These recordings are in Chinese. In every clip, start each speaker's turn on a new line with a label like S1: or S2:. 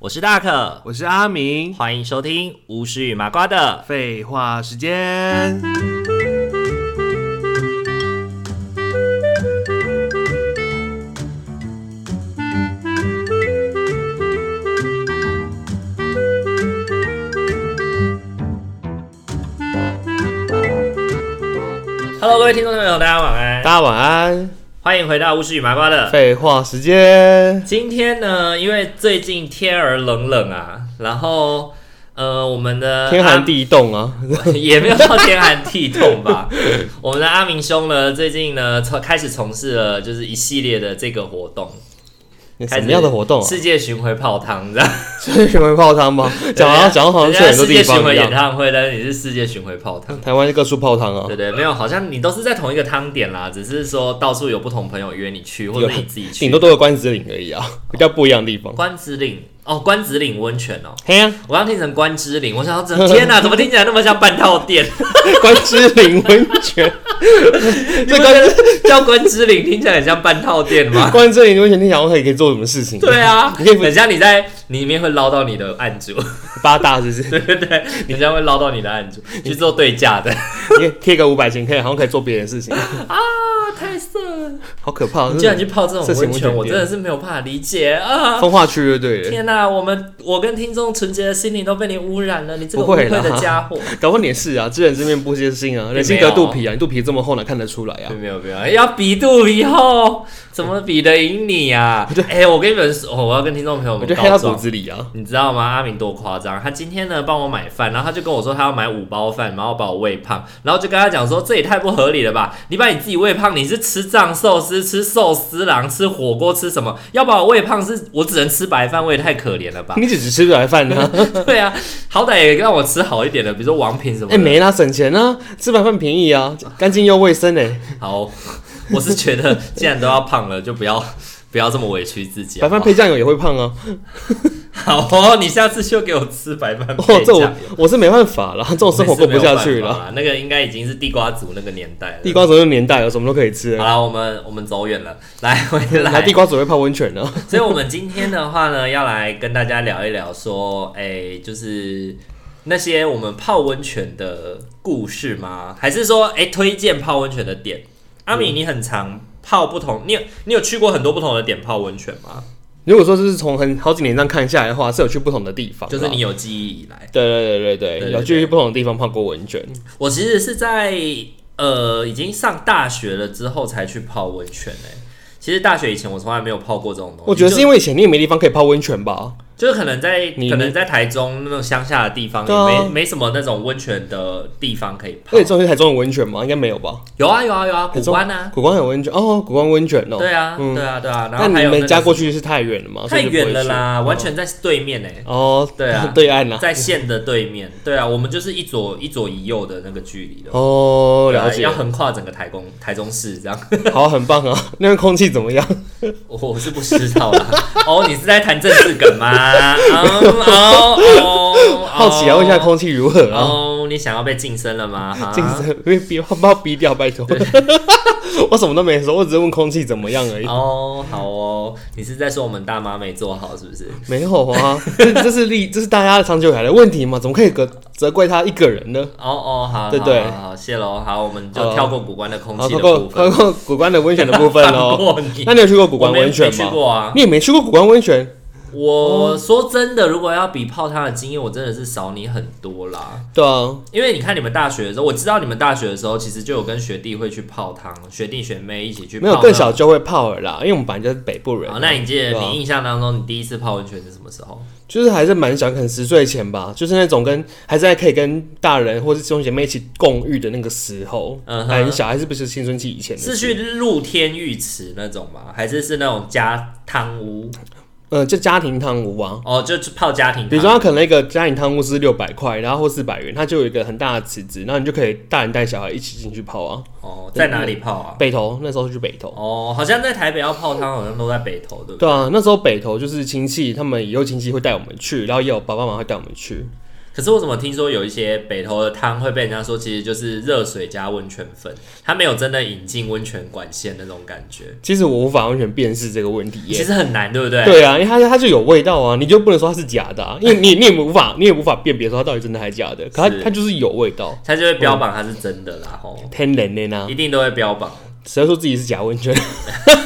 S1: 我是大可，
S2: 我是阿明。
S1: 欢迎收听巫师与麻瓜的。
S2: 废话时间，
S1: Hello，各位听众朋友，大家晚
S2: 大
S1: 安，
S2: 家晚安。
S1: 欢迎回到巫师与麻瓜的。
S2: 废话时间，
S1: 今天呢，因为最近天儿冷冷啊，然后呃，我们的
S2: 天寒地冻啊，
S1: 阿 也没有到天寒地冻吧。 我们的阿明兄呢，最近呢从开始从事了就是一系列的这个活动，
S2: 什么样的活动啊？
S1: 世界巡回泡汤这样。
S2: 是巡回泡汤吗？讲好像讲好像哦去很多地
S1: 人家世界巡
S2: 方
S1: 回
S2: 一
S1: 演
S2: 样。
S1: 唱会，但是你是世界巡回泡汤。
S2: 台湾各处泡汤啊
S1: 对，对，没有，好像你都是在同一个汤点啦，只是说到处有不同朋友约你去，或者你自己去。
S2: 顶多都有关子岭而已啊，比较不一样的地方。
S1: 关子岭哦，关子岭温泉哦，
S2: 嘿呀，
S1: 我刚听成关之岭，我想 到天哪，怎么听起来那么像半套店？
S2: 关之岭温 泉，
S1: 这个叫关之岭听起来很像半套店吗？
S2: 关之岭温泉，你想可以可以做什么事情？
S1: 对，啊，
S2: 你可以不
S1: 很像你在里面会捞到你的案主，
S2: 八大是不是？
S1: 对对 对，你这样会捞到你的案主去做对价的啊，
S2: 你贴个五百钱，可以好像可以做别 的事情，
S1: 太色了！
S2: 好可怕！
S1: 你居然去泡这种
S2: 色情
S1: 温
S2: 温
S1: 泉，
S2: 泉
S1: 我真
S2: 店
S1: 的是没有办法理解啊！
S2: 风化区就对了，
S1: 天呐，我们我跟听众纯洁的心灵都被你污染了，你这个
S2: 不
S1: 无
S2: 会
S1: 愧
S2: 啦
S1: 的家伙！
S2: 搞不好你也是啊，知人知面不知心啊，人心隔肚皮啊，你肚皮这么厚，哪看得出来啊？
S1: 没有没有，要比肚皮厚，怎么比得赢你啊？哎、我跟你们说，我要跟听众朋友
S2: 我
S1: 们
S2: 就黑
S1: 告
S2: 到骨
S1: 状。
S2: 子里啊！
S1: 你知道吗？阿明多夸张！他今天呢帮我买饭，然后他就跟我说他要买五包饭，然后把我喂胖，然后就跟他讲说这也太不合理了吧！你把你自己喂胖，你是吃藏寿司、吃寿司郎、吃火锅、吃什么？要把我喂胖是，我只能吃白饭，我也太可怜 了吧？
S2: 你只只吃白饭 啊？
S1: 对啊，好歹也让我吃好一点的，比如说王品什么的。
S2: 哎，没啦，省钱啊，吃白饭便宜啊，干净又卫生
S1: 啊
S2: 哎，
S1: 好， 我是觉得既然都要胖了，就不要 不要这么委屈自己
S2: 白
S1: 好不
S2: 饭
S1: 好。
S2: 配酱油也会胖啊。
S1: 好哦，你下次就给我吃白饭
S2: 哦
S1: 啊配，
S2: 这
S1: 酱油
S2: 我。我是没办法啦，这种生活过不下去
S1: 了
S2: 了。，
S1: 那个应该已经是地瓜族那个年代了。
S2: 地瓜子的年代啊了，什么都可以吃
S1: 好。啦，我们我们走远了，来回
S2: 来
S1: 来
S2: 地。瓜只会泡温泉啊呢，
S1: 所以，我们今天的话呢，要来跟大家聊一聊，说，哎、就是那些我们泡温泉的故事吗？还是说，哎、推荐泡温泉的点？阿
S2: 嗯
S1: 米，你很常泡不同，你有你有去过很多不同的点泡温泉吗？
S2: 如果说是从很好几年这样看下来的话，是有去不同的地方啦。啊
S1: 就是你有记忆以来，
S2: 对对对对
S1: 对对哦
S2: 对，有去不同的地方泡过温泉。
S1: 我其实是在呃已经上大学了之后才去泡温泉诶、其实大学以前我从来没有泡过这种东西，
S2: 我觉得是
S1: 就
S2: 因为以前你也没地方可以泡温泉吧？
S1: 就是可能在
S2: 你
S1: 可能在台中那种乡下的地方，也
S2: 对啊
S1: 没、没什么那种温泉的地方可以泡
S2: 那。你种去台中有温泉吗？应该没有吧？
S1: 有啊有啊有啊，古
S2: 台中
S1: 关啊，
S2: 古关有温泉哦，古关温泉哦。
S1: 对啊、
S2: 嗯
S1: 对啊对啊，然
S2: 那
S1: 后还
S2: 你
S1: 有那
S2: 们
S1: 个
S2: 家过去是太远了嘛？
S1: 太远了啦，
S2: 所
S1: 完
S2: 以就不会去嗯
S1: 全在对面诶、
S2: 哦，
S1: 对啊
S2: 对岸啦。
S1: 在县的对面，对啊，我们就是一左一左一右的那个距离的，
S2: 哦，
S1: 对啊
S2: 了解
S1: 要，横跨整个台中台中市这样。
S2: 好，很棒啊！ 那边空气怎么样？
S1: 我是不知道啦。 哦，你是在谈政治梗吗？哦哦哦，
S2: 好奇啊，问一下
S1: 空。
S2: 空气如何啊？
S1: 哦，你想要被晋升了吗？哈
S2: 精 神被逼，不要逼掉，拜托。 我什么都没说，我只是问空气怎么样而已。
S1: 哦，好哦，你是在说我们大妈没做好是不是？
S2: 没有啊， 这这是利，这是大家长久以来的问题嘛？怎么可以责责怪他一个人呢？
S1: 哦哦，好，
S2: 对对哦
S1: 好好好，谢喽。好，我们就跳过古关的空
S2: 好，
S1: 气
S2: 通
S1: 的
S2: 过
S1: 部分，
S2: 通过古关的温泉的部分
S1: 放
S2: 喽。
S1: 过你。
S2: 那你有去过古
S1: 我
S2: 关
S1: 没
S2: 温泉
S1: 没去
S2: 吗？哦
S1: 过啊。
S2: 你也没去过古关温泉？
S1: 我说真的，如果要比泡汤的经验，我真的是少你很多啦。
S2: 对啊，
S1: 因为你看你们大学的时候，我知道你们大学的时候，其实就有跟学弟会去泡汤，学弟学妹一起去泡那
S2: 没有
S1: 种。
S2: 更小就会泡了啦，因为我们本来就是北部人
S1: 好，。那你记得
S2: 对啊
S1: 你印象当中，你第一次泡温泉是什么时候？
S2: 就是还是蛮想，可能十岁前吧，就是那种跟还是还可以跟大人或是兄弟姐妹一起共浴的那个时候，
S1: 嗯哼
S2: 还很小，还是不是青春期以前的事？
S1: 是去露天浴池那种吗？还是是那种家汤屋？
S2: 呃，就家庭汤屋啊，
S1: 哦，就去泡家庭
S2: 比如
S1: 汤。
S2: 说他可能一个家庭汤屋是六百块，然后或四百元，它就有一个很大的池子，然后你就可以大人带小孩一起进去泡啊。
S1: 哦，在哪里泡啊？
S2: 北投那时候去北投，
S1: 哦，好像在台北要泡汤，好像都在北投，对不对？
S2: 对啊，那时候北投就是亲戚，他们以后亲戚会带我们去，然后也有爸爸妈妈会带我们去。
S1: 可是我怎么听说有一些北投的汤会被人家说其实就是热水加温泉粉，它没有真的引进温泉管线那种感觉，
S2: 其实我无法完全辨识这个问题
S1: 其
S2: 耶。
S1: 实很难，对不对？
S2: 对啊，因为它它就有味道啊，你就不能说它是假的、啊，因为你你也无法你也无法辨别说它到底真的还是假的，可它
S1: 是
S2: 它就是有味道，
S1: 它就会标榜它是真的
S2: 嗯
S1: 啦，吼，
S2: 天然的呢
S1: 一，定都会标榜，
S2: 谁说自己是假温泉？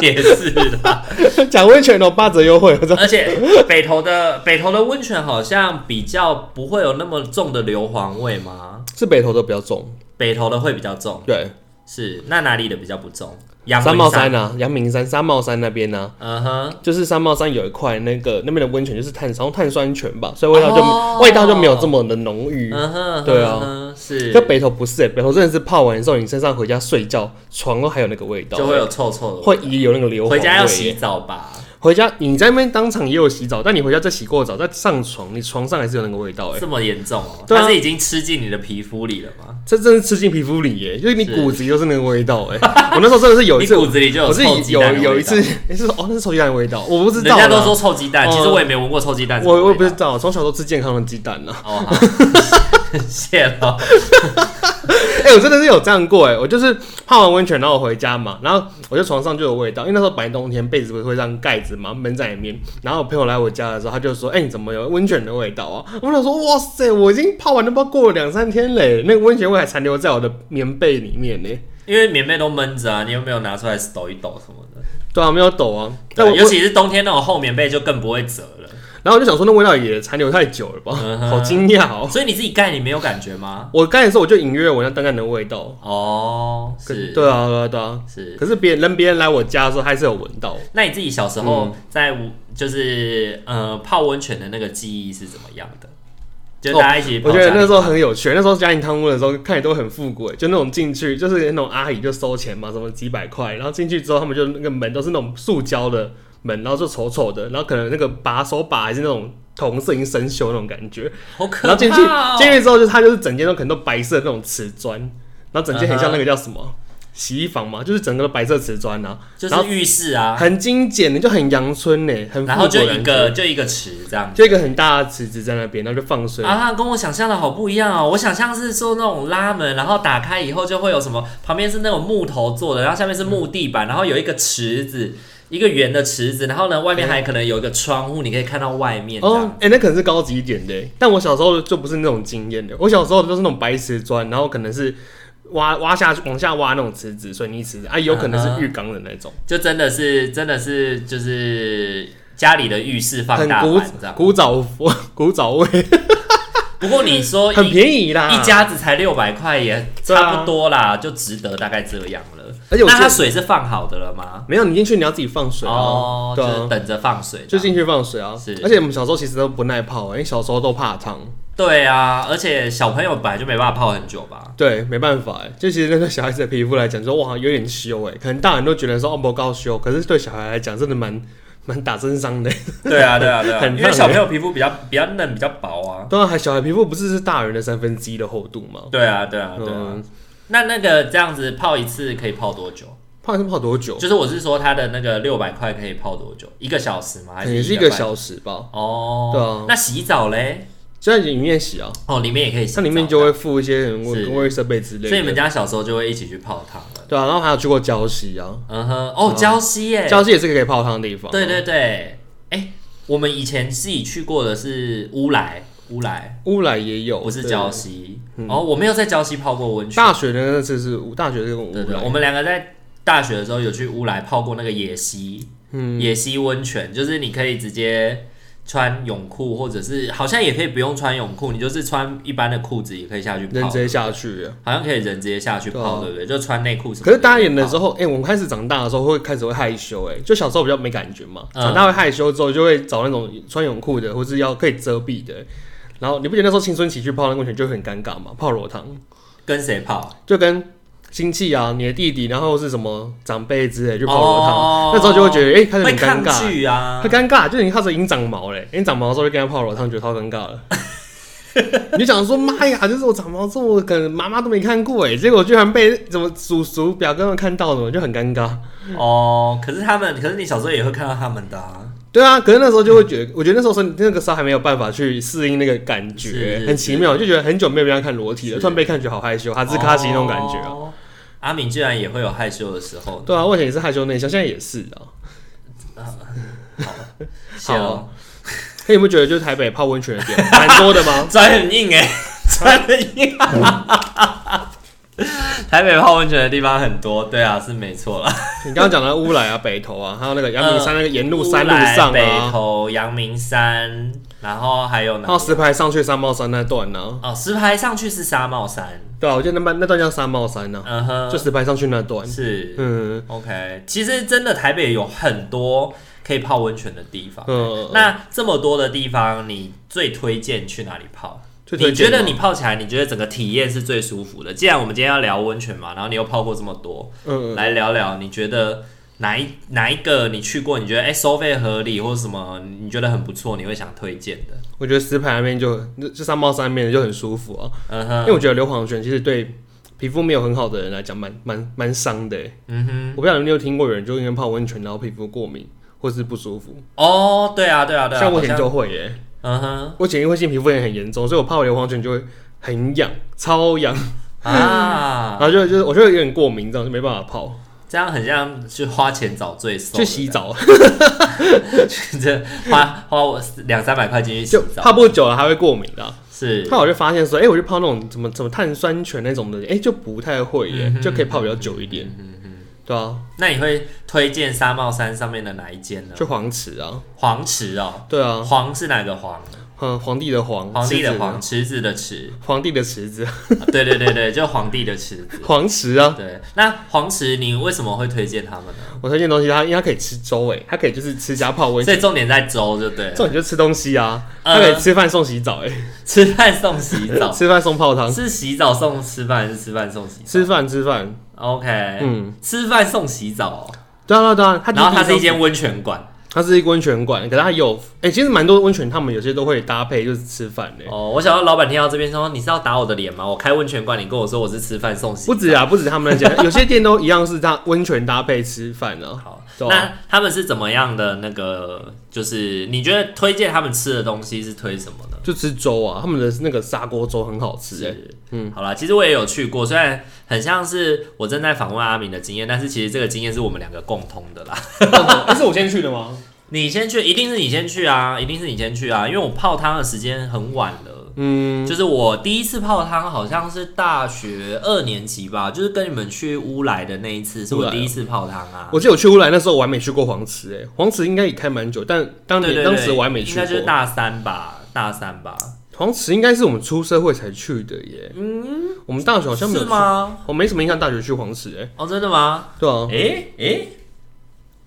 S1: 也是 啦。
S2: 假温泉哦，八折优惠，我操！
S1: 而且北投的北投的温泉好像比较不会有那么重的硫磺味吗？
S2: 是北投的比较重，
S1: 北投的会比较重，
S2: 对，
S1: 是那哪里的比较不重？阳
S2: 三
S1: 明
S2: 茂山啊，阳明山、三茂山那边呢、
S1: 嗯哼，
S2: 就是三茂山有一块那个那边的温泉，就是碳好像碳酸泉吧，所以味道就、
S1: 哦
S2: 味道就没有这么的浓郁。
S1: 嗯哼，
S2: 对啊
S1: 嗯哼，是
S2: 可北头不是、欸，北头真的是泡完之后，你身上回家睡觉，床都还有那个味道、
S1: 就会有臭臭的味，
S2: 会遗留那个硫磺味、
S1: 回家要洗，澡吧？
S2: 回家你在那边当场也有洗澡，但你回家再洗过澡再上床，你床上还是有那个味道哎、
S1: 这么严重哦？
S2: 对啊
S1: 它是已经吃进你的皮肤里了吗？
S2: 这真是吃进皮肤里耶、就是你骨子里都是那个味道哎、我那时候真的是有一
S1: 你
S2: 次，
S1: 骨子里就
S2: 我
S1: 有
S2: 是
S1: 臭鸡
S2: 有
S1: 蛋的味道
S2: 有一次， 你是说哦那是臭鸡蛋的味道，我不知
S1: 人
S2: 道啦，
S1: 家都说臭鸡蛋，
S2: 嗯
S1: 其实我也没闻过臭鸡蛋什么味道。
S2: 我我也不知道，从小都吃健康的鸡蛋啊。
S1: 哦，好， 谢了。
S2: 哎、我真的是有这样过哎、我就是泡完温泉，然后我回家嘛，然后我就床上就有味道，因为那时候白冬天被子不是会让盖子嘛闷在里面，然后我朋友来我家的时候，他就说，哎、你怎么有温泉的味道啊？我想说，哇塞，我已经泡完都不知道过了两三天嘞，那个温泉味还残留在我的棉被里面呢。
S1: 因为棉被都闷着啊，你有没有拿出来抖一抖什么的？
S2: 对啊，没有抖啊，但
S1: 对
S2: 我
S1: 尤其是冬天那种厚棉被就更不会折了。
S2: 然后我就想说，那味道也残留太久了吧，
S1: 嗯哼
S2: 好惊讶哦。
S1: 所以你自己盖你没有感觉吗？
S2: 我刚才说我就隐约闻到淡淡的味道，
S1: 哦，
S2: 可
S1: 是，
S2: 对啊，对啊，对啊。
S1: 是。
S2: 可是别人人别人来我家的时候，还是有闻到。
S1: 那你自己小时候
S2: 嗯
S1: 在、就是呃泡温泉的那个记忆是怎么样的？就大家一起泡
S2: 哦我
S1: 家
S2: 觉
S1: 里、
S2: 得那时候很有趣，那时候家庭汤屋的时候，看起来都很复古，就那种进去就是那种阿姨就收钱嘛，什么几百块，然后进去之后他们就那个门都是那种塑胶的门，然后就丑丑的，然后可能那个把手把还是那种铜色已经生锈那种感 觉，
S1: 好可
S2: 然
S1: 怕、
S2: 后
S1: 哦。
S2: 进去进去之后就是它就是整间都可能都白色的那种瓷砖，然后整间很像那个叫什么、洗衣房嘛，就是整个都白色瓷砖啊，
S1: 就
S2: 然
S1: 是
S2: 后
S1: 浴室啊，
S2: 很精简的，就很阳春呢、很复
S1: 然
S2: 古
S1: 后
S2: 的
S1: 就
S2: 感
S1: 一个
S2: 觉。
S1: 就一个池这样。
S2: 就一个很大的池子在那边，然后就放水
S1: 啊，跟我想象的好不一样哦！我想象是说那种拉门，然后打开以后就会有什么，旁边是那种木头做的，然后下面是木地
S2: 嗯
S1: 板，然后有一个池子，一个圆的池子，然后呢外面还可能有一个窗户，你可以看到外面这
S2: 嗯哦
S1: 样。，
S2: 哎、那可能是高级一点的欸，但我小时候就不是那种经验的。我小时候都是那种白瓷砖，然后可能是挖挖下去往下挖那种池子、水泥池子，啊，有可能
S1: 嗯哼
S2: 是浴缸的那种，
S1: 就真的是真的是就是家里的浴室放
S2: 很
S1: 大
S2: 古
S1: 版这样。
S2: 古早风古早味，
S1: 不过你说
S2: 很
S1: 一
S2: 便宜啊啦，
S1: 一家子才六百块也
S2: 对啊
S1: 差不多啦，就值得大概这样了。
S2: 而且我
S1: 那
S2: 记
S1: 它
S2: 得
S1: 水是放好的了吗？
S2: 没有你进去你要自己放水啊，
S1: 哦，
S2: 对
S1: 就是
S2: 啊。
S1: 等着放水这样，
S2: 就进去放水啊
S1: 是！
S2: 而且我们小时候其实都不耐泡、欸因为小时候都怕烫。
S1: 对啊，而且小朋友本来就没办法泡很久吧。
S2: 对，没办法、哎，就其实那对小孩子的皮肤来讲，说哇有点羞哎、可能大人都觉得说哦不高羞，可是对小孩来讲真的蛮蛮打真伤的、
S1: 对啊，对啊，对
S2: 很
S1: 因
S2: 烫
S1: 为小朋友皮肤比较比较嫩，比较薄啊。
S2: 当然，还小孩皮肤不是是大人的三分之一的厚度吗？
S1: 对啊，对啊，对啊。
S2: 嗯
S1: 那那个这样子泡一次可以泡多久？
S2: 泡是泡多久？
S1: 就是我是说它的那个六百块可以泡多久？一个小时吗？还
S2: 可
S1: 是
S2: 能是一
S1: 个
S2: 个
S1: 半
S2: 小时吧。
S1: 哦。
S2: 对啊
S1: 那洗澡嘞？
S2: 虽然里面洗啊，
S1: 哦，里面也可以洗澡。
S2: 它里面就会附一些很
S1: 是
S2: 卫卫设备之类的。
S1: 所以你们家小时候就会一起去泡汤了。
S2: 对啊，然后还有去过礁溪啊，
S1: 嗯哼，哦，礁溪耶，
S2: 礁溪也是个可以泡汤的地方。啊
S1: 对，对对。哎，我们以前自己去过的是乌来，乌来。
S2: 乌来也有，
S1: 不是
S2: 对嗯
S1: 礁。溪。哦，我没有在礁溪泡过温泉。
S2: 大学的那次是乌大学的那个乌
S1: 对对，我
S2: 来，
S1: 们两个在大学的时候有去乌来泡过那个野溪，
S2: 嗯
S1: 野溪温泉就是你可以直接穿泳裤，或者是好像也可以不用穿泳裤，你就是穿一般的裤子也可以下去
S2: 人
S1: 泡
S2: 直，接下去啊了。
S1: 好像可以人直接下去泡，
S2: 对啊
S1: 对不对？就穿内裤什么。
S2: 可是大人的
S1: 候，
S2: 时候，哎、我们开始长大的时候会开始会害羞、哎，就小时候比较没感觉嘛，
S1: 嗯
S2: 长大会害羞之后就会找那种穿泳裤的，或是要可以遮蔽的、然后你不觉得那时候青春期去泡那个温泉就很尴尬吗？泡裸汤
S1: 跟谁泡？
S2: 就跟亲戚啊、你的弟弟，然后是什么长辈之类去泡裸汤，
S1: 哦
S2: 那时候就会觉得哎、开始
S1: 会
S2: 很尴
S1: 抗
S2: 尬，
S1: 拒啊
S2: 很。尴尬，就是你开始已经长毛嘞、哎你长毛的时候就跟他泡裸汤，觉得超尴尬了。 你就想说妈呀，就是我长毛之后，我可能妈妈都没看过哎、结果居然被怎么叔叔表哥们看到了，我就很尴尬。
S1: 哦，可是他们，可是你小时候也会看到他们的啊。
S2: 对啊，可是那时候就会觉得，我觉得那时候身那个时候还没有办法去适应那个感
S1: 是
S2: 觉，
S1: 是
S2: 很奇妙，就觉得很久没有被人家看裸体了，
S1: 是
S2: 突然被看觉得好害羞，哈兹卡西那种感觉啊。
S1: 哦阿敏居然也会有害羞的时候，
S2: 对啊，我以前也是害羞内向，现在也是啊。
S1: 谢哦咯，
S2: 那你有没有觉得就是台北泡温泉的点蛮多的吗？
S1: 砖很硬哎、砖很硬、台北泡温泉的地方很多，对啊，是没错啦。
S2: 你刚刚讲的乌来啊、北投啊，还有那个阳明山那个沿路山路
S1: 嗯乌来
S2: 上
S1: 北
S2: 啊，
S1: 投、阳明山，然后还有哪
S2: 还有
S1: 里？
S2: 石牌上去山帽山那段啊呢、
S1: 哦，石牌上去是沙帽山，
S2: 对啊，我记得那那段叫山帽山呢、
S1: 嗯哼，
S2: 就石牌上去那段。
S1: 是
S2: 嗯
S1: OK。其实真的台北有很多可以泡温泉的地方。
S2: 嗯，
S1: 那这么多的地方，你最推荐去哪里泡？
S2: 最推
S1: 你
S2: 荐
S1: 觉
S2: 吗
S1: 得你泡起来，你觉得整个体验是最舒服的？既然我们今天要聊温泉嘛，然后你又泡过这么多，
S2: 嗯
S1: 来聊聊你觉得哪一哪一个你去过，你觉得哎、收费合理或者什么，你觉得很不错，你会想推荐的？
S2: 我觉得石牌那边就就就山帽山那边就很舒服啊，
S1: 嗯
S2: 因
S1: 哼，
S2: 为我觉得硫磺泉其实对皮肤没有很好的人来讲，蛮蛮蛮伤的欸。
S1: 嗯哼，
S2: 我不晓得你有听过有人就因为泡温泉然后皮肤过敏或是不舒服，
S1: 哦，对啊，对啊，对啊，
S2: 像我以
S1: 好
S2: 前就会耶、
S1: 嗯哼
S2: 我以前因为性皮肤炎很严重，所以我泡硫磺泉就会很痒，超痒，然
S1: 啊，
S2: 后就就是我就有点过敏，这样就没办法泡。
S1: 这样很像去花钱找罪受，
S2: 去洗，澡
S1: 啊这花花我两三百块进去洗
S2: 就
S1: 澡
S2: 泡不久了还会过敏的啊、
S1: 是
S2: 后来我就发现说，哎、我就泡那种什么什么碳酸泉那种的，哎、就不太会
S1: 嗯
S2: 耶，就可以泡比较久一点。对啊，
S1: 那你会推荐沙帽山上面的哪一间呢？
S2: 就黄池啊，
S1: 黄池哦，
S2: 对啊，
S1: 黄是哪个黄？
S2: 嗯，皇帝的皇，
S1: 皇帝
S2: 池
S1: 的
S2: 子
S1: 皇，，池子的池。啊
S2: 皇帝的池子，
S1: 对对对对，就皇帝的池子。
S2: 黄池啊。
S1: 对，那黄池你为什么会推荐他们呢？
S2: 我推荐的东西它，因为它可以吃粥，哎，它可以就是吃加泡温
S1: 所
S2: 泉，
S1: 以重点在粥，就对了
S2: 重点就是吃东西啊，
S1: 嗯
S2: 它可以吃饭送洗澡，哎，
S1: 吃饭送洗 澡，
S2: 吃饭送泡汤，
S1: 是洗澡送吃饭，还是吃饭送洗澡？
S2: 吃饭吃饭，
S1: OK，
S2: 嗯，
S1: 吃饭送洗澡哦、
S2: 对啊对啊对啊，它就
S1: 然后它是一
S2: 地上，
S1: 间温泉馆
S2: 它是一个温泉馆，可是它有，哎，其实蛮多温泉，他们有些都会搭配就是吃饭的，哎
S1: 哦。我想要老板听到这边说你是要打我的脸吗？我开温泉馆，你跟我说我是吃饭送洗澡
S2: 不止啊，不止他们那家， 有些店都一样是它温泉搭配吃饭啊。
S1: 好，
S2: 对啊
S1: 那他们是怎么样的？那个就是你觉得推荐他们吃的东西是推什么呢？
S2: 就吃粥啊，他们的那个砂锅粥很好吃 哎、
S1: 是，嗯，好啦，其实我也有去过，虽然很像是我正在访问阿明的经验，但是其实这个经验是我们两个共通的啦。
S2: 那是我先去的吗？
S1: 你先去，一定是你先去啊，一定是你先去啊，因为我泡汤的时间很晚了。
S2: 嗯，
S1: 就是我第一次泡汤好像是大学二年级吧，就是跟你们去乌来的那一次，是
S2: 乌
S1: 我
S2: 来哦
S1: 第一次泡汤啊。
S2: 我记得我去乌来那时候我还没去过黄池哎、黄池应该也开蛮久，但当年
S1: 对对对，
S2: 当时我还没去
S1: 应该就是
S2: 过。
S1: 大三吧，大三吧，
S2: 黄池应该是我们出社会才去的耶。嗯，我们大学好像没有
S1: 是
S2: 去，
S1: 吗？
S2: 我没什么印象大学去黄池哎、
S1: 哦，真的吗？
S2: 对啊，
S1: 诶诶，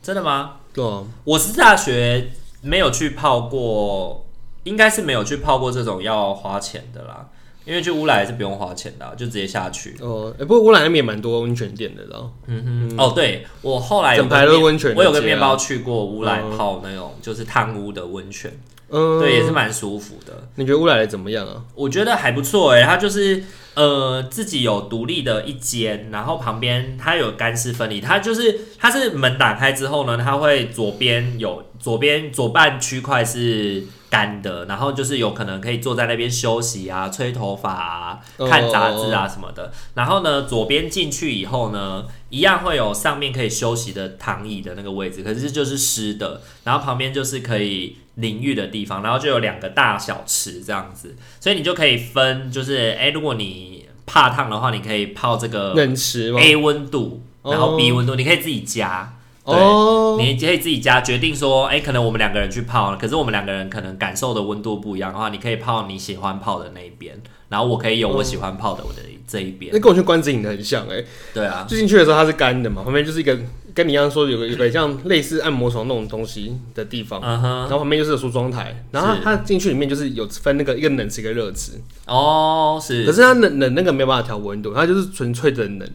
S1: 真的吗？
S2: 对啊，
S1: 我是大学没有去泡过，应该是没有去泡过这种要花钱的啦，因为去乌来是不用花钱的啊、就直接下去。
S2: 哦、哎，不过乌来那边也蛮多温泉店的啦。
S1: 嗯哼，哦，对我后来有
S2: 整排都
S1: 跟
S2: 是温泉的
S1: 我有跟
S2: 街啊
S1: 面包去过乌来泡那种就是汤屋的温泉，
S2: 嗯，
S1: 对，也是蛮舒服的。
S2: 你觉得乌来的怎么样啊？
S1: 我觉得还不错哎、它就是呃自己有独立的一间，然后旁边它有干湿分离，它就是它是门打开之后呢，它会左边有左边左半区块是干的，然后就是有可能可以坐在那边休息啊、吹头发啊、看杂志啊什么的。然后呢，左边进去以后呢，一样会有上面可以休息的躺椅的那个位置，可是就是湿的，然后旁边就是可以淋浴的地方，然后就有两个大小池这样子，所以你就可以分，就是哎、如果你怕烫的话，你可以泡这个
S2: 冷池吗？
S1: A 温度，
S2: 哦
S1: 然后 B 温度，你可以自己加。对
S2: 哦，
S1: 你可以自己加决定说，哎、可能我们两个人去泡，可是我们两个人可能感受的温度不一样的话，你可以泡你喜欢泡的那一边，然后我可以有
S2: 哦
S1: 我喜欢泡的我的这一边。
S2: 那跟我去观景的很像哎、
S1: 对啊，
S2: 最进去的时候它是干的嘛，旁边就是一个跟你一样说有个有个像类似按摩床那种东西的地方，
S1: 嗯哼，
S2: 然后旁边就是有梳妆台，然后
S1: 是
S2: 它它进去里面就是有分那个一个冷池一个热池，
S1: 哦，
S2: 可
S1: 是
S2: 是它冷冷那个没有办法调温度，它就是纯粹的冷。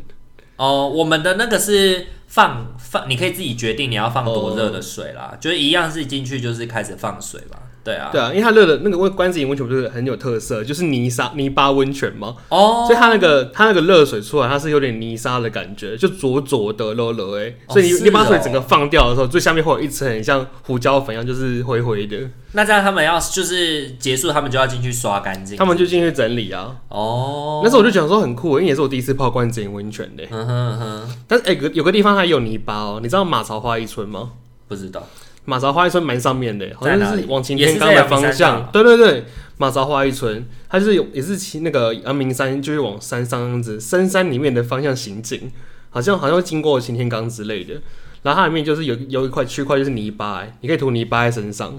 S1: 哦，我们的那个是
S2: 哦
S1: 放放，你可以自己决定你要放多热的水啦，就是一样是进去就是开始放水吧。对啊，
S2: 对啊，因为它热的那个温关子营温泉不是很有特色，就是泥沙泥巴温泉嘛，
S1: 哦，
S2: 所以它那个它那个热水出来，它是有点泥沙的感觉，就浊浊的咯咯哎，
S1: 哦
S2: 所以你
S1: 是哦
S2: 你把水整个放掉的时候，最下面会有一层很像胡椒粉一样，就是灰灰的，
S1: 那这样他们要就是结束，他们就要进去刷干净。
S2: 他们就进去整理啊。
S1: 哦，
S2: 那时候我就想说很酷，因为也是我第一次泡关子营温泉的、
S1: 嗯哼嗯哼，
S2: 但是哎、有有个地方还有泥巴哦、你知道马槽花一村吗？
S1: 不知道
S2: 马槽花一村蛮上面的，好像
S1: 在哪
S2: 是
S1: 里
S2: 往擎天岗的方
S1: 也是在阳明山
S2: 向
S1: 上。
S2: 对对对，马槽花一村，它就是有也是骑那个阳明山，就是往山上这样子，深山里面的方向行进，好像好像会经过擎天岗之类的。然后它里面就是有有一块区块就是泥巴、欸，你可以涂泥巴在身上，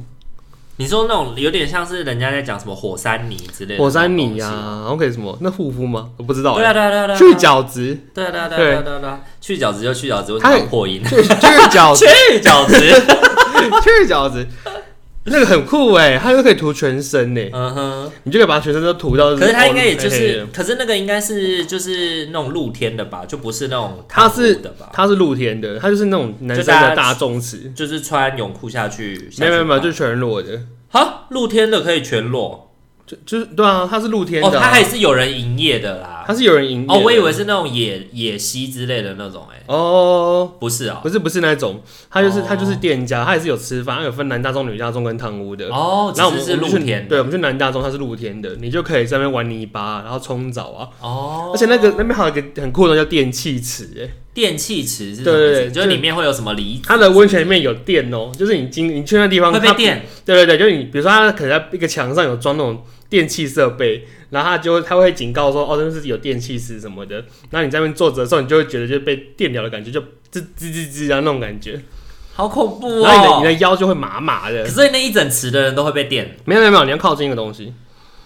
S1: 你说那种有点像是人家在讲什么火山泥之类的
S2: 火山泥
S1: 呀、
S2: 呀、啊，然后可以什么那护肤吗？我不知道、
S1: 对
S2: 欸，
S1: 啊对啊对啊对啊，
S2: 去角 质，
S1: 对啊对啊对啊对啊对啊对啊，去角质就去角质，为什么要破音？
S2: 去去角质，
S1: 去角 质，
S2: 去角质，那个很酷哎、欸，它就可以涂全身呢、欸，
S1: 嗯哼。
S2: 你就可以哦把全身都涂到。
S1: 可是它应该也就
S2: 黑黑的
S1: 是，可是那个应该是就是那种露天的吧，就不是那种
S2: 它
S1: 汤
S2: 是
S1: 屋的吧，
S2: 它是露天的，它就是那种男生的大众池，
S1: 就是穿泳裤下去。
S2: 没有没有没有，
S1: 下去
S2: 就是全裸的，
S1: 泡哈露天的可以全裸
S2: 就就是对啊，它是露天
S1: 哦，
S2: 的、
S1: 它
S2: 啊，
S1: 还是有人营业的啦。
S2: 它是有人营业的
S1: 哦，我以为是那种野野溪之类的那种、欸，哎，
S2: 哦，
S1: 不是啊、
S2: 不是不是那种，它就是
S1: 哦
S2: 它就是店家，它也是有吃饭，它有分男大众、女大众跟汤屋的。
S1: 哦，只
S2: 然后呃我
S1: 是
S2: 们
S1: 是
S2: 我们
S1: 露
S2: 去
S1: 天的
S2: 对，我们去男大众，它是露天的，你就可以在那边玩泥巴，然后冲澡啊。
S1: 哦，
S2: 而且那个那边还有一个很酷的叫电器池，哎，
S1: 电气池是什
S2: 对
S1: 么
S2: 对
S1: 意
S2: 对
S1: 思？就是
S2: 就
S1: 里面会有什么离
S2: 它的温泉里面有电哦、就是你经你去那地方
S1: 会
S2: 它
S1: 被电
S2: 对对对，就是你，比如说它可能在一个墙上有装那种电器设备，然后它就会它会警告说，哦，这是有电器师什么的。那你在那边坐着的时候，你就会觉得就被电疗的感觉，就吱吱吱吱然后那种感觉，
S1: 好恐怖
S2: 然后你的
S1: 哦
S2: 你！的腰就会麻麻的
S1: 可。是那一整池的人都会被电
S2: 没有没有没有，你要靠近一个东西。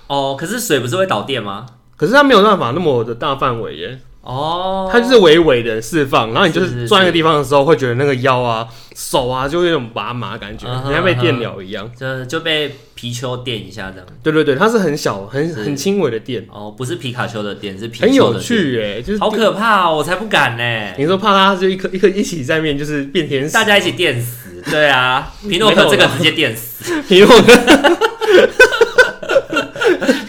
S1: 哦。可是水不是会导电吗？
S2: 可是它没有办法那么的大范围耶，
S1: 哦，
S2: 它就是微微的释放，然后你就是
S1: 是
S2: 是
S1: 是
S2: 转一个地方的时候，会觉得那个腰啊、手啊就会有种麻麻的感觉，
S1: 嗯哼
S2: 你像被
S1: 嗯哼
S2: 电疗一样。
S1: 就就被皮丘电一下这样。
S2: 对对对，它是很小、很
S1: 是
S2: 很轻微的电，
S1: 哦，不是皮卡丘的电，是皮丘的
S2: 很
S1: 电
S2: 有，趣耶，就是
S1: 好可怕哦！我才不敢呢、
S2: 你说怕他就一颗一颗一起在面就是变天使，
S1: 大家一起电死，对啊，皮诺克这个直接电死。
S2: 皮诺克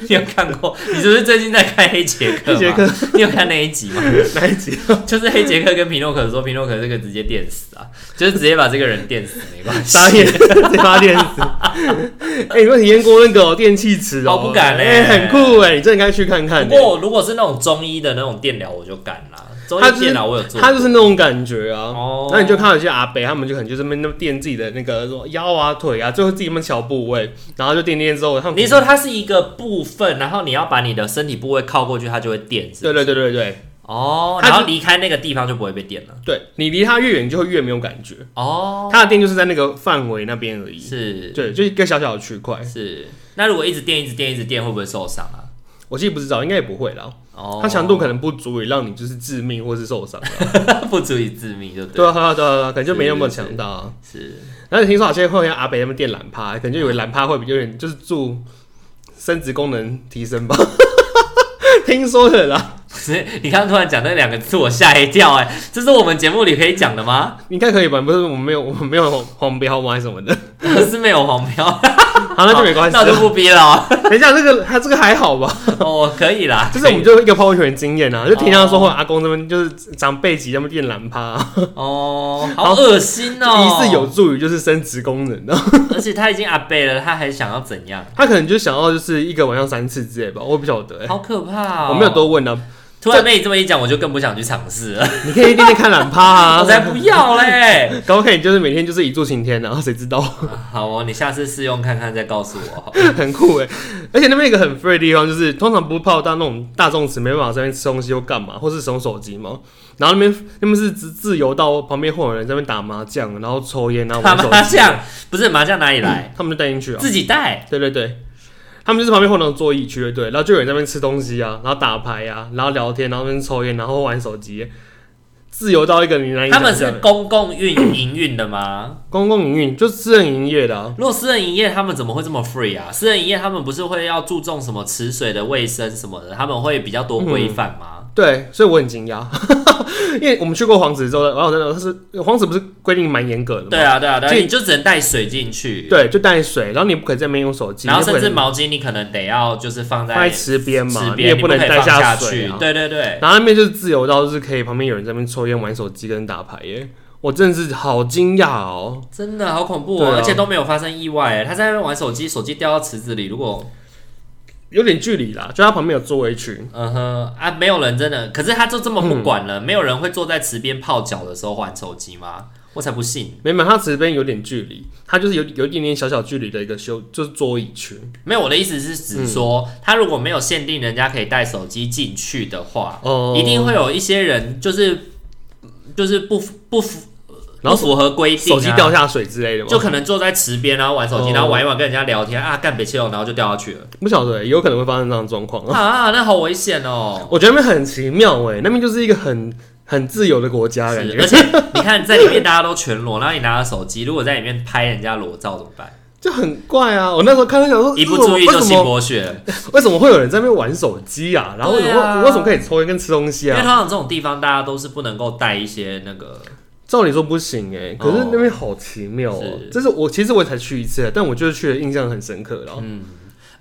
S1: 你有看过？你是不是最近在看黑杰克？
S2: 黑杰克，
S1: 你有看那一集吗？
S2: 哪一 集？
S1: 就是黑杰克跟皮诺可说，皮诺可这个直接电死啊， 就是直接把这个人电死，没关 系。
S2: 傻眼，这发 电池。哎、你有没有体验过那个哦电气池哦？
S1: 我不敢
S2: 哎、
S1: 嘞
S2: 很酷哎，你真的应该去看看、
S1: 不过如果是那种中医的那种电疗，我就敢啦。中
S2: 他
S1: 医
S2: 就是
S1: 电疗我有做过，
S2: 他就是那种感觉啊。
S1: 哦
S2: 那你就看到有些阿北他们就可能就这么那么电自己的那个什么腰啊、腿啊，最后自己那么小部位，然后就电电之后，他们
S1: 你说它是一个部分，然后你要把你的身体部位靠过去，它就会电是不
S2: 对
S1: 是。
S2: 对对对对
S1: 哦，
S2: 它
S1: 然
S2: 就
S1: 后离开那个地方就不会被电了。
S2: 对，你离他越远，你就会越没有感觉。
S1: 哦，
S2: 他的电就是在那个范围那边而已。
S1: 是
S2: 对，就一个小小的区块，
S1: 是。那如果一直电、一直电、一直电，会不会受伤啊？
S2: 我其实不知道，应该也不会啦。
S1: 哦，
S2: 它强度可能不足以让你就是致命或是受伤啊。
S1: 不足以致命，就对。
S2: 对啊，对啊，对啊，对啊可能就没那么强大啊。
S1: 是
S2: 然后你听说好像会有阿北他们电懒趴，可能就以为懒趴会比有点就是助生殖功能提升吧。 听说的啦，
S1: 是，你刚刚突然讲那两个字，我吓一跳哎、这是我们节目里可以讲的吗？
S2: 应该可以吧？不是我们没有我们没有黄黄标吗？还是什么的？
S1: 是没有黄标，
S2: 好，那就没关系
S1: 那
S2: 啊
S1: 我就
S2: 了。
S1: 不逼了哦。
S2: 等一下，这个它这个还好吧？
S1: 哦，可以啦，
S2: 就是我们就一个抛拳经验啊，就听到说会有阿公这边就是长辈级他们电懒趴啊，
S1: 哦，好恶心哦，
S2: 疑似有，助于就是生殖功能啊的。
S1: 而且他已经阿贝了，他还想要怎样？
S2: 他可能就想要就是一个晚上三次之类吧，我也不晓得欸。
S1: 好可怕、哦！
S2: 我没有多问啊，
S1: 突然被你这么一讲，我就更不想去尝试了。
S2: 你可以天天看懒 趴啊，
S1: 我才不要嘞！
S2: 搞不可以就是每天就是一柱擎天啊，然后谁知道
S1: 好哦，你下次试用看看再告诉我好了。
S2: 很酷哎、而且那边有一个很 free 的地方，就是通常不是泡到那种大众池没办法在那边吃东西或干嘛，或是使用手机嘛。然后那边那边是自自由到旁边会有人在那边打麻将，然后抽烟啊
S1: 打
S2: 玩手
S1: 麻
S2: 机，
S1: 将不是麻将哪里来？
S2: 他们就带进去啊。
S1: 自己带
S2: 对对对，他们就是旁边会有那种座椅区，对，然后就有人在那边吃东西啊，然后打牌啊，然后聊天，然后在那边抽烟，然后玩手机，自由到一个你难以
S1: 他
S2: 想
S1: 们
S2: 象
S1: 是
S2: 欸。
S1: 公共运营运的吗？
S2: 公共营运，就私人营业的、啊。
S1: 如果私人营业，他们怎么会这么 free 啊？私人营业他们不是会要注重什么池水的卫生什么的，他们会比较多规范吗？
S2: 对，所以我很惊讶，因为我们去过黄石之后，然后真的它是黄石不是规定蛮严格的吗？
S1: 对啊，对啊，对啊，
S2: 嗯所以
S1: 你就只能带水进去，，
S2: 对，就带水，然后你也不可以在那边用手机，
S1: 然后
S2: 你也不
S1: 甚
S2: 可以
S1: 至毛巾你可能得要就是放
S2: 放在
S1: 在
S2: 池边嘛，
S1: 池
S2: 你也
S1: 边，你
S2: 能
S1: 可以
S2: 带
S1: 放下
S2: 水、
S1: 去
S2: 啊。，
S1: 对对对，
S2: 然后那边就是自由到，就是可以旁边有人在那边抽烟、玩手机跟打牌耶，我真的是好惊讶哦。
S1: 真的好恐怖
S2: 对
S1: 哦，
S2: 啊
S1: 而且都没有发生意外耶，他在那边玩手机，手机掉到池子里，如果
S2: 有点距离啦，就它旁边有座位区，
S1: 嗯哼啊，没有人真的，可是他就这么不管
S2: 嗯
S1: 了，没有人会坐在池边泡脚的时候玩手机吗？我才不信，
S2: 没有，它池边有点距离，它就是有有一点点小小距离的一个休，就是桌椅区。
S1: 没有我的意思是指说，
S2: 嗯
S1: 他如果没有限定人家可以带手机进去的话，
S2: 哦
S1: 一定会有一些人就是就是不符不符，
S2: 然后
S1: 不符合规定、啊，
S2: 手机掉下水之类的吗？
S1: 就可能坐在池边，然后玩手机，
S2: 哦
S1: 然后玩一玩跟人家聊天啊，干北汽油，然后就掉下去了
S2: 不晓得耶，有可能会发生这样的状况啊。
S1: 啊，那好危险哦。
S2: 我觉得那边很奇妙哎，那边就是一个很很自由的国家感
S1: 是
S2: 觉
S1: 而，且你看，在里面大家都全裸，然后你拿着手机，如果在里面拍人家裸照怎么办？
S2: 就很怪啊。我那时候看到想说，嗯
S1: 一不注意
S2: 为
S1: 就
S2: 什
S1: 性
S2: 么
S1: 剥削了，
S2: 为什么会有人在那边玩手机啊？然后为什么、
S1: 对啊
S2: 为什么可以抽烟跟吃东西
S1: 因为
S2: 啊
S1: 通？常这种地方大家都是不能够带一些那个，
S2: 照理说不行哎、可是那边好奇妙
S1: 哦
S2: 哦、
S1: 是
S2: 这是我其实我才去一次，但我就是去的哦印象很深刻
S1: 嗯
S2: 了。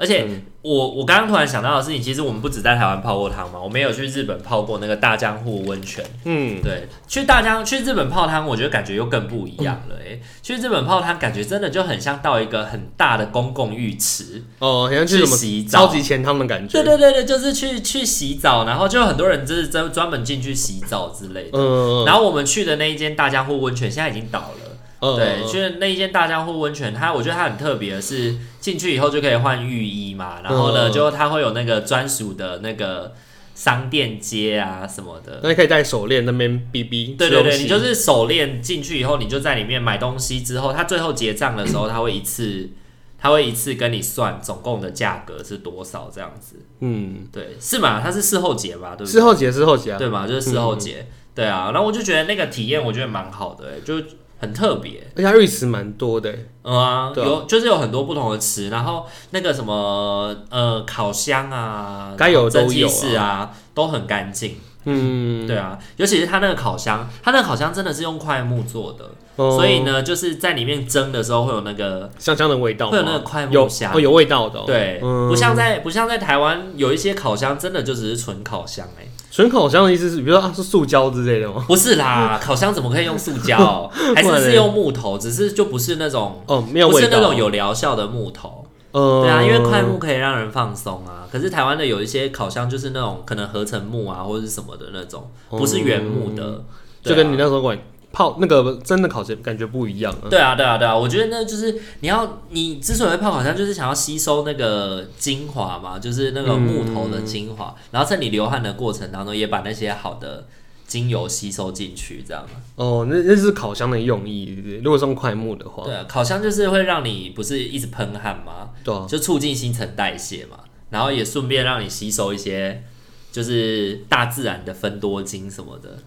S1: 而且我我刚刚突然想到的事情，其实我们不止在台湾泡过汤嘛，我们也有去日本泡过那个大江户温泉。
S2: 嗯，
S1: 对，去大江去日本泡汤，我觉得感觉又更不一样了、欸。去日本泡汤，感觉真的就很像到一个很大的公共浴池。
S2: 哦，好像去什
S1: 去
S2: 么
S1: 洗澡
S2: 超级钱汤的感觉。
S1: 对对对对，就是去去洗澡，然后就有很多人就是专专门进去洗澡之类的。
S2: 嗯，
S1: 然后我们去的那一间大江户温泉现在已经倒了。
S2: 嗯，
S1: 对，
S2: 嗯
S1: 去那一间大江户温泉，它我觉得它很特别的是，进去以后就可以换浴衣嘛，然后呢，
S2: 嗯
S1: 就它会有那个专属的那个商店街啊什么的，
S2: 哦那你可以戴手链那边哔哔。
S1: 对对对，
S2: 吃东西
S1: 你就是手链进去以后，你就在里面买东西之后，他最后结账的时候，他会一次，他会一次跟你算总共的价格是多少这样子。
S2: 嗯，
S1: 对，是嘛？它是事后结嘛，对不对？
S2: 事后嗯节事后节啊。
S1: 对嘛，就是事后结。对啊，然后我就觉得那个体验，我觉得蛮好的、欸，就很特别。
S2: 而且它浴池蛮多的欸，
S1: 嗯啊，
S2: 对啊
S1: 有就是有很多不同的词，然后那个什么呃烤箱啊，
S2: 该有的都
S1: 蒸汽
S2: 有啊
S1: 室啊，都很干净。
S2: 嗯，
S1: 对啊，尤其是它那个烤箱，它那个烤箱真的是用块木做的。
S2: 哦
S1: 所以呢，就是在里面蒸的时候会有那个，
S2: 香香的味道吗，
S1: 会有那个快木
S2: 有
S1: 香
S2: 哦有味道的哦，
S1: 对，
S2: 嗯
S1: 不像在不像在台湾有一些烤箱真的就只是纯烤箱 哎、
S2: 纯烤箱的意思是，比如说啊是塑胶之类的吗？
S1: 不是啦，烤箱怎么可以用塑 胶？还
S2: 不
S1: 是
S2: 然嘞
S1: 是用木头，只是就不是那种
S2: 哦，没有
S1: 不
S2: 味
S1: 是
S2: 道，
S1: 那种有疗效的木头，
S2: 呃，
S1: 对啊，因为快木可以让人放松啊。可是台湾的有一些烤箱就是那种可能合成木啊或者是什么的那种，不是原木的，对啊
S2: 就哦跟你那时候管泡那个真的烤鸡感觉不一样啊。
S1: 对啊，对啊，对啊，我觉得那就是你要，你之所以会泡，好像就是想要吸收那个精华嘛，就是那个木头的精华，
S2: 嗯
S1: 然后在你流汗的过程当中，也把那些好的精油吸收进去，这样嘛。
S2: 哦，那那是烤箱的用意，对不对如果是用快木的话，
S1: 对啊，烤箱就是会让你不是一直喷汗吗？
S2: 对啊，
S1: 就促进新陈代谢嘛，然后也顺便让你吸收一些就是大自然的分多精什么的。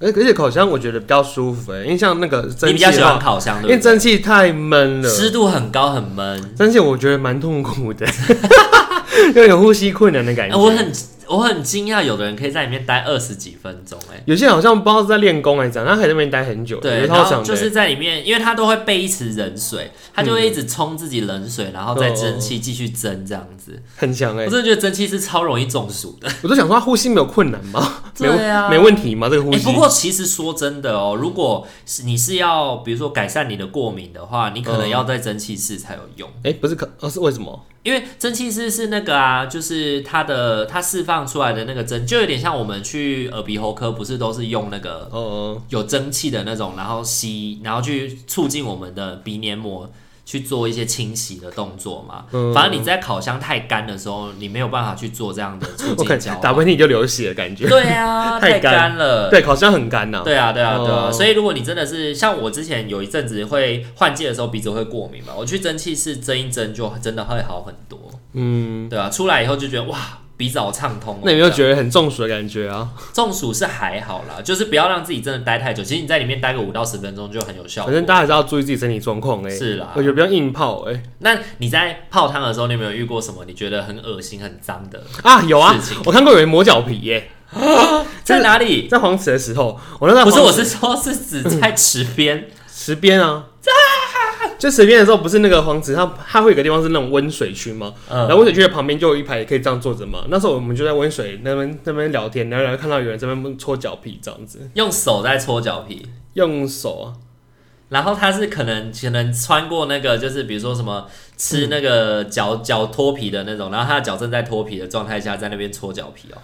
S2: 而而且烤箱我觉得比较舒服欸，因为像那个
S1: 你
S2: 蒸
S1: 比
S2: 汽
S1: 较喜
S2: 的
S1: 欢
S2: 话，
S1: 烤箱，
S2: 因为
S1: 对不对？
S2: 蒸汽太闷了，
S1: 湿度很高，很闷。
S2: 蒸汽我觉得蛮痛苦的， 有点呼吸困难的感
S1: 哎、
S2: 觉。
S1: 我很我很惊讶，有的人可以在里面待二十几分钟、哎。
S2: 有些人好像不知道是在练功还是怎样，他可以在那边待很久，我觉
S1: 对，
S2: 得
S1: 然
S2: 超爽
S1: 后
S2: 的。欸
S1: 就是在里面，因为他都会备一池冷水，他就会一
S2: 嗯
S1: 直冲自己冷水，然后再蒸
S2: 哦
S1: 汽继续蒸这样子。
S2: 很强哎、
S1: 我真的觉得蒸汽是超容易中暑的。
S2: 我都想说他呼吸没有困难吗？没
S1: 对啊
S2: 没问题吗？这个呼
S1: 哎
S2: 吸？
S1: 不过其实说真的哦，如果是你是要比如说改善你的过敏的话，你可能
S2: 嗯
S1: 要在蒸汽室才有用，
S2: 哎、不是可哦，是为什么？
S1: 因为蒸汽室是那个啊，就是它的它释放出来的那个蒸，就有点像我们去耳鼻喉科不是都是用那个
S2: 哦、
S1: 有蒸汽的那种，然后吸，然后去促进我们的鼻黏膜去做一些清洗的动作嘛。
S2: 嗯
S1: 反正你在烤箱太干的时候，你没有办法去做这样的促
S2: 我
S1: 进
S2: 感
S1: 交啊
S2: 觉
S1: 换。
S2: 打喷嚏就流血的感觉。
S1: 对啊，
S2: 太
S1: 太
S2: 干
S1: 干了。
S2: 对，烤箱很干呐、
S1: 对啊，对啊，对啊，
S2: 哦
S1: 所以如果你真的是像我之前有一阵子会换季的时候鼻子会过敏嘛，我去蒸汽室蒸一蒸就真的会好很多，
S2: 嗯，
S1: 对啊，出来以后就觉得哇鼻子好畅通、哦。
S2: 那有没
S1: 这
S2: 有
S1: 样
S2: 觉得很中暑的感觉啊？
S1: 中暑是还好啦，就是不要让自己真的待太久，其实你在里面待个五到十分钟就很有效果。
S2: 反正大家还是要注意自己身体状况哎。
S1: 是啦
S2: 我觉得不要硬泡哎、
S1: 那你在泡汤的时候，你有没有遇过什么你觉得很恶心、很脏的？
S2: 啊，有啊
S1: 事情，
S2: 我看过有人磨脚皮耶、
S1: 在哪里？
S2: 在黄池的时候，我那时候
S1: 不是，
S2: 黄嗯
S1: 我
S2: 池
S1: 是说，是指在池边。
S2: 池边啊，就池边的时候，不是那个黄池，它它会有个地方是那种温水区吗？然后
S1: 嗯，
S2: 温水区的旁边就有一排可以这样坐着嘛。那时候我们就在温水那边那边聊天，聊一聊看到有人在那边搓脚皮这样子，
S1: 用手在搓脚皮，
S2: 用手啊，
S1: 然后他是可能可能穿过那个，就是比如说什么吃那个脚脚脱皮的那种，然后他的脚正在脱皮的状态下，在那边搓脚皮哦。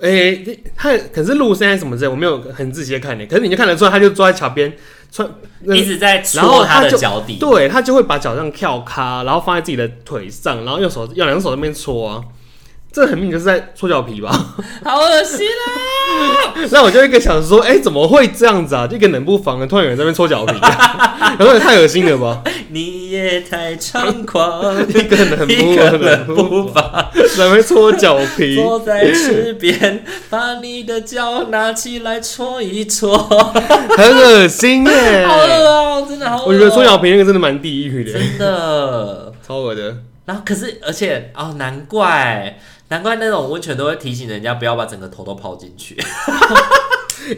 S2: 哎、他可是路现在什么之类，我没有很仔细地看呢、可是你就看得出来，他就坐在桥边穿，那
S1: 一直在
S2: 然后
S1: 搓
S2: 他
S1: 的
S2: 就
S1: 脚 底，
S2: 对他就会把脚这样翘咖，然后放在自己的腿上，然后用手用两只手在那边搓啊。这很明显就是在搓脚皮吧？
S1: 好恶心啊！
S2: 那我就一个想说，哎、怎么会这样子啊？就一个冷不防的，突然有人在那边搓脚皮，然后也太恶心了吧？
S1: 你也太猖狂，
S2: 一个冷
S1: 一
S2: 不
S1: 个
S2: 冷
S1: 人
S2: 不
S1: 不
S2: 防
S1: 防。
S2: 在那边搓脚皮，
S1: 坐在池边，把你的脚拿起来搓一搓，好
S2: 很恶心耶、
S1: 饿哦，真的好饿哦、
S2: 我觉得搓脚皮那个真的蛮地狱的，
S1: 真的。
S2: 超恶的。
S1: 然后可是，而且哦，难怪难怪那种温泉都会提醒人家不要把整个头都泡进 去，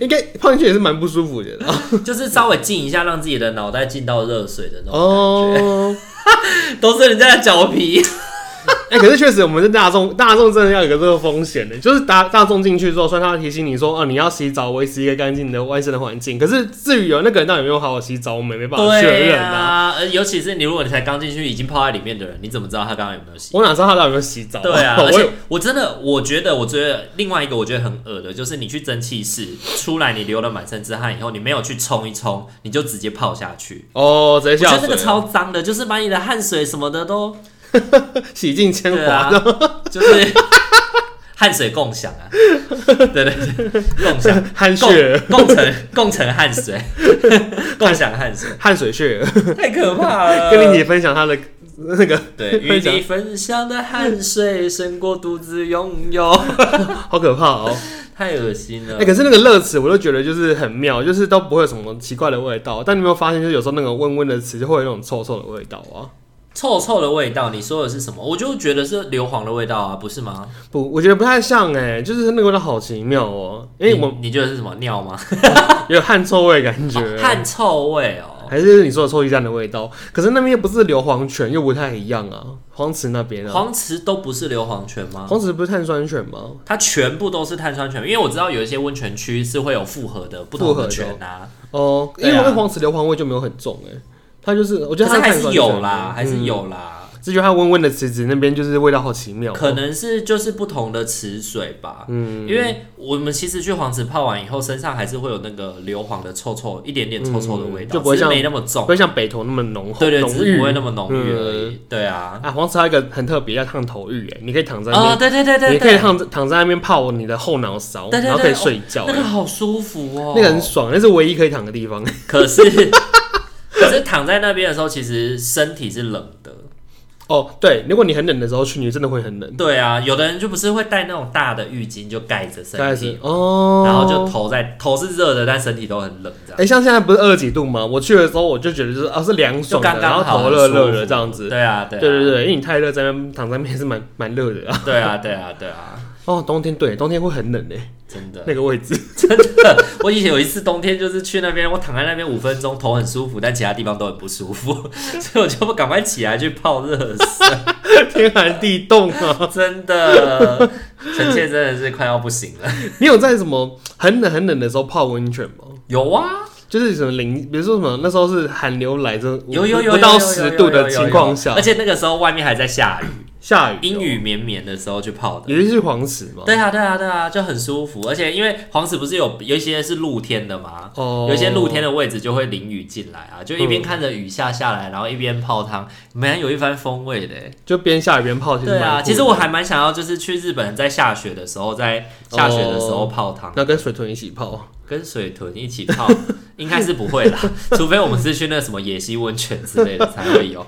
S2: 应该泡进去也是蛮不舒服的啦。
S1: 就是稍微浸一下，让自己的脑袋浸到热水的那种，
S2: 哦，
S1: 都是人家的脚皮。
S2: 哎、可是确实，我们是大众，大众真的要有个这个风险的，就是大大众进去之后，虽然他会提醒你说，哦、你要洗澡，维持一个干净的卫生的环境，可是至于有那个人到底有没有好好洗澡，我们也没办 法确
S1: 对
S2: 认啊。
S1: 啊，呃尤其是你如果你才刚进去，已经泡在里面的人，你怎么知道他刚刚有没有 洗？
S2: 我哪知道他到底有没有洗澡、，
S1: 对啊而
S2: 哦 我
S1: 且
S2: 有
S1: 我真的，我觉得，我觉得另外一个我觉得很恶的，就是你去蒸汽室出来，你流了满身之汗以后，你没有去冲一冲，你就直接泡下去。
S2: 哦，直接
S1: 我觉
S2: 下
S1: 得那
S2: 水
S1: 个
S2: 了，
S1: 超脏的，就是把你的汗水什么的都
S2: 洗尽铅
S1: 对
S2: 华。
S1: 啊， 就是汗水共享啊，对对对，共享
S2: 汗血、
S1: 共共成共成汗水，共享汗水，
S2: 汗水血，
S1: 太可怕了。
S2: 跟你一起分享他的那个，
S1: 呃对，与
S2: 分享
S1: 你分享的汗水胜过独自拥有，
S2: 好可怕哦！
S1: 太恶心了。
S2: 哎、可是那个乐池，我就觉得就是很妙，就是都不会有什么奇怪的味道。但你有没有发现，就是有时候那个温温的池就会有那种臭臭的味道啊？
S1: 臭臭的味道，你说的是什么？我就觉得是硫磺的味道啊，不是吗？
S2: 不，我觉得不太像哎、就是那个味道好奇妙哦、因为我
S1: 你你觉得是什么尿吗？
S2: 有汗臭味的感觉，
S1: 哦汗臭味哦，
S2: 还是你说的臭鸡蛋的味道。可是那边又不是硫磺泉，又不太一样啊。黄池那边啊，
S1: 黄池都不是硫磺泉吗？
S2: 黄池不是碳酸泉吗？
S1: 它全部都是碳酸泉，因为我知道有一些温泉区是会有复合的不同
S2: 复合
S1: 的
S2: 的
S1: 泉啊，
S2: 哦、因
S1: 对啊
S2: 为黄池硫磺味就没有很重哎、它就是，我觉
S1: 可
S2: 得
S1: 是还
S2: 它碳
S1: 是
S2: 酸
S1: 有
S2: 泉
S1: 啦，
S2: 嗯
S1: 还是有啦，
S2: 这就它温温的池子那边就是味道好奇妙哦、
S1: 可能是就是不同的池水吧。
S2: 嗯，
S1: 因为我们其实去黄池泡完以后，身上还是会有那个硫磺的臭臭，一点点臭臭的味道，
S2: 嗯就不会
S1: 只是
S2: 像
S1: 没那么
S2: 不
S1: 重。
S2: 会像北投那么浓厚，
S1: 对对，
S2: 浓
S1: 只
S2: 郁
S1: 是不会那么浓郁而已。对啊，
S2: 啊，黄池还有一个很特别，叫烫头浴，哎，你可以躺在那
S1: 啊，
S2: 边，
S1: 对对对对
S2: 你可以
S1: 对，
S2: 躺在躺在那边泡你的后脑勺，
S1: 对对对哦
S2: 然后可以睡觉，
S1: 那个
S2: 哎
S1: 好舒服哦，
S2: 那个很爽，那是唯一可以躺的地方。
S1: 可是 可是躺在那边的时候，其实身体是冷的。
S2: 哦，对，如果你很冷的时候去，你真的会很冷，
S1: 对啊，有的人就不是会带那种大的浴巾就盖着身
S2: 概
S1: 体
S2: 是，哦，
S1: 然后就头在头是热的，但身体都很冷这样。
S2: 哎，像现在不是二十几度吗？我去的时候我就觉得就是啊是凉
S1: 就
S2: 爽的，
S1: 刚
S2: 然后
S1: 刚好，
S2: 头
S1: 很
S2: 热
S1: 舒
S2: 热
S1: 服
S2: 的这样子。
S1: 对啊，对
S2: 哦对
S1: 啊
S2: 对对，因为你太热，在那边躺在那边也是蛮 蛮热的啊。
S1: 对啊，对啊，对啊，
S2: 哦，冬天对，冬天会很冷诶，
S1: 真的
S2: 那个位置。
S1: 真的。我以前有一次冬天，就是去那边，我躺在那边五分钟，头很舒服，但其他地方都很不舒服， 所以我就赶快起来去泡热水。
S2: 天寒地冻啊！
S1: 真的，臣妾真的是快要不行了。
S2: 你有在什么很冷很冷的时候泡温泉吗？
S1: 有啊，
S2: 就是什么零，比如说什么那时候是寒流来着，
S1: 有有有有
S2: 不到
S1: 有有有
S2: 十度
S1: 有有
S2: 的
S1: 有
S2: 情
S1: 有
S2: 况下
S1: 而，且那个时候外面还在下雨，
S2: 下雨哦，
S1: 阴雨绵绵的时候去泡的。
S2: 也就是黄池嘛。
S1: 对啊，对啊，对啊，就很舒服。而且因为黄石不是有有一些是露天的嘛，
S2: 哦，
S1: 有一些露天的位置就会淋雨进来啊，就一边看着雨下下来，然后一边泡汤，蛮有一番风味的欸。
S2: 就边下雨边泡，其实
S1: 对啊，
S2: 蛮酷
S1: 其
S2: 的
S1: 实我还蛮想要，就是去日本在下雪的时候，在下雪的时候泡汤。
S2: 那跟水豚一起泡，
S1: 跟水豚一起 泡，应该是不会啦，除非我们是去那什么野溪温泉之类的才会有。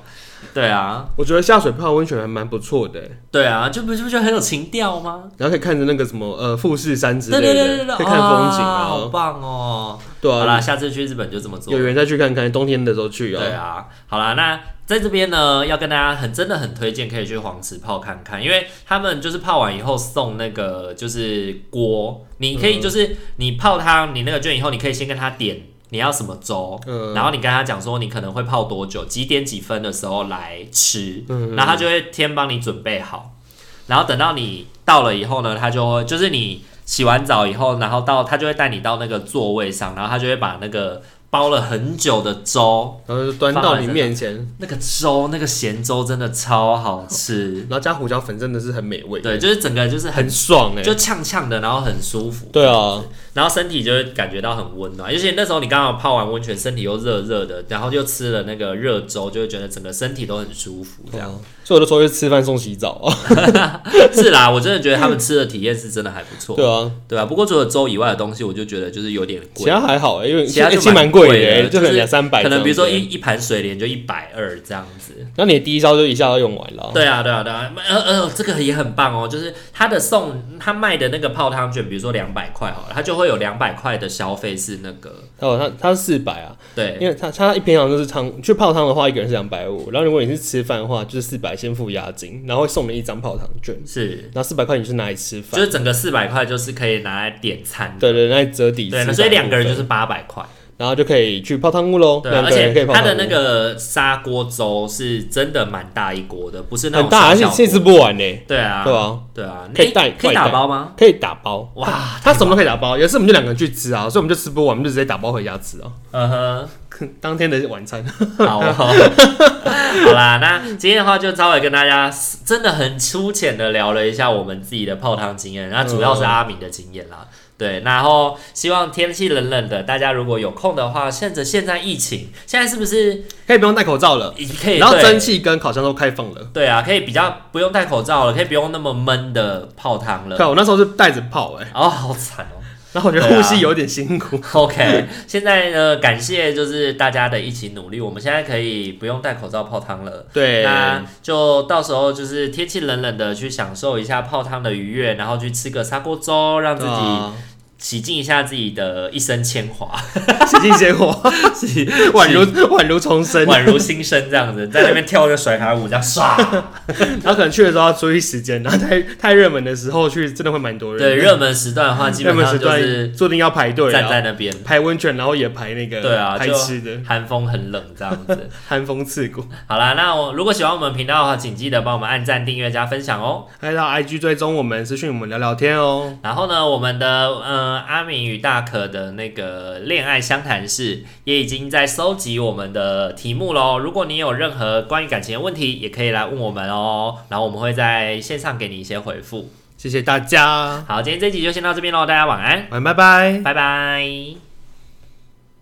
S1: 对啊，
S2: 我觉得下水泡温泉还蛮不错的欸，
S1: 对啊，就不就不就很有情调吗？
S2: 然后可以看着那个什么呃富士山之
S1: 对对
S2: 类
S1: 对对对，
S2: 的，可以看风景
S1: 啊，好
S2: 啊，
S1: 棒哦！
S2: 对
S1: 好
S2: 啊
S1: 啦，，下次去日本就这么做
S2: 有。缘再去看看，冬天的时候去
S1: 对
S2: 啊。
S1: 啊，好啦，那在这边呢，要跟大家很真的很推荐，可以去黄池泡看看，因为他们就是泡完以后送那个就是锅，你可以
S2: 嗯
S1: 就是你泡汤，你那个券以后，你可以先跟他点你要什么粥，
S2: 嗯
S1: 然后你跟他讲说你可能会泡多久，几点几分的时候来吃，
S2: 嗯
S1: 然后他就会先帮你准备好，然后等到你到了以后呢，他就会就是你洗完澡以后，然后到他就会带你到那个座位上，然后他就会把那个包了很久的粥，
S2: 然后就端到你面前，
S1: 那个粥那个咸粥真的超好吃
S2: 然，后加胡椒粉真的是很美味，
S1: 对，，就是整个就是很
S2: 很爽哎。
S1: 就呛呛的，然后很舒服，
S2: 对啊，
S1: 然后身体就会感觉到很温暖，而且那时候你刚好泡完温泉，身体又热热的，然后又吃了那个热粥，就会觉得整个身体都很舒服。这样、
S2: 所以我就说去吃饭送洗澡啊。
S1: 是啦，我真的觉得他们吃的体验是真的还不错，
S2: 对啊，
S1: 对吧、不过除了粥以外的东西，我就觉得就是有点
S2: 其
S1: 贵，
S2: 他还好欸，因为
S1: 其他
S2: 欸
S1: 就
S2: 其实蛮
S1: 贵
S2: 贵的欸，
S1: 就
S2: 就是是两三百这
S1: 可
S2: 样
S1: 能
S2: 子欸。
S1: 比如说一一盘水莲就一百二这样子。
S2: 那你的第一招就一下要用完了。
S1: 对啊，对啊，对啊，呃呃，这个也很棒哦。就是他的送他卖的那个泡汤券，比如说两百块好了，他就会有两百块的消费是那个
S2: 哦，他他是四百啊，
S1: 对
S2: 因为他他一平常就是汤去泡汤的话，一个人是两百五，然后如果你是吃饭的话，就是四百先付押金，然后会送你一张泡汤券，
S1: 是，
S2: 然后四百块你去拿来吃
S1: 就
S2: 饭，
S1: 是整个四百块就是可以拿来点餐的。
S2: 对对，那折抵
S1: 对，
S2: 400
S1: 那所以两个人
S2: 部
S1: 就
S2: 分
S1: 是八百块。
S2: 然后就可以去泡汤屋喽，
S1: 对啊，
S2: 两
S1: 而
S2: 个人可
S1: 且
S2: 以泡
S1: 它
S2: 汤屋，
S1: 的那个砂锅粥是真的蛮大一锅的，不是那种
S2: 很大，而且
S1: 小小
S2: 其实吃
S1: 锅
S2: 不完呢，
S1: 对啊，
S2: 对吧？
S1: 对啊，
S2: 可以
S1: 诶
S2: 带
S1: 可以
S2: 快
S1: 打
S2: 带
S1: 包吗？
S2: 可以打包。
S1: 哇，
S2: 他什么都可以打包，有一次我们就两个人去吃啊，所以我们就吃不完，我们就直接打包回家吃啊，
S1: 嗯哼。
S2: 当天的晚餐。
S1: 好、 哦，好啦，那今天的话就稍微跟大家真的很粗浅的聊了一下我们自己的泡汤经验，那主要是阿明的经验
S2: 嗯
S1: 啦。对，然后希望天气冷冷的，大家如果有空的话，趁着现在疫情，现在是不是
S2: 可以不用戴口罩了，
S1: 已可以？
S2: 然后
S1: 对
S2: 蒸汽跟烤箱都开放了。
S1: 对啊，可以比较不用戴口罩了，可以不用那么闷的泡汤了。
S2: 看啊我那时候是带着泡哎、欸
S1: 哦，好惨哦。
S2: 然后我觉得
S1: 对啊
S2: 呼吸有点辛苦。
S1: OK，现在呢，感谢就是大家的一起努力，我们现在可以不用戴口罩泡汤了。
S2: 对，
S1: 那就到时候就是天气冷冷的，去享受一下泡汤的愉悦，然后去吃个砂锅粥，让自己
S2: 啊
S1: 洗净一下自己的一身铅 华，
S2: 洗尽鲜 火，宛如宛如重生。
S1: 宛如新生这样子，在那边跳个甩卡舞，这样唰。
S2: 然后可能去的时候要注意时间，然后太太热门的时候去，真的会蛮多人。
S1: 对，热门时段的话，基
S2: 热
S1: 本
S2: 门
S1: 上
S2: 时
S1: 就
S2: 段
S1: 是
S2: 注定要排队
S1: 站在
S2: 啊，
S1: 那边，
S2: 排温泉，然后也排那个
S1: 对啊
S2: 排
S1: 就
S2: 吃的，
S1: 寒风很冷这样子。
S2: 寒风刺骨。
S1: 好啦，那我如果喜欢我们频道的话，请记得帮我们按赞、订阅、加分享哦。
S2: 还有到 IG 追踪我们，私讯我们聊聊天哦。
S1: 然后呢，我们的呃阿明与大可的那个恋爱相谈室也已经在收集我们的题目喽。如果你有任何关于感情的问题，也可以来问我们哦，然后我们会在线上给你一些回复。
S2: 谢谢大家，
S1: 好，今天这集就先到这边喽，大家晚安，
S2: 晚安，拜拜。
S1: 拜拜。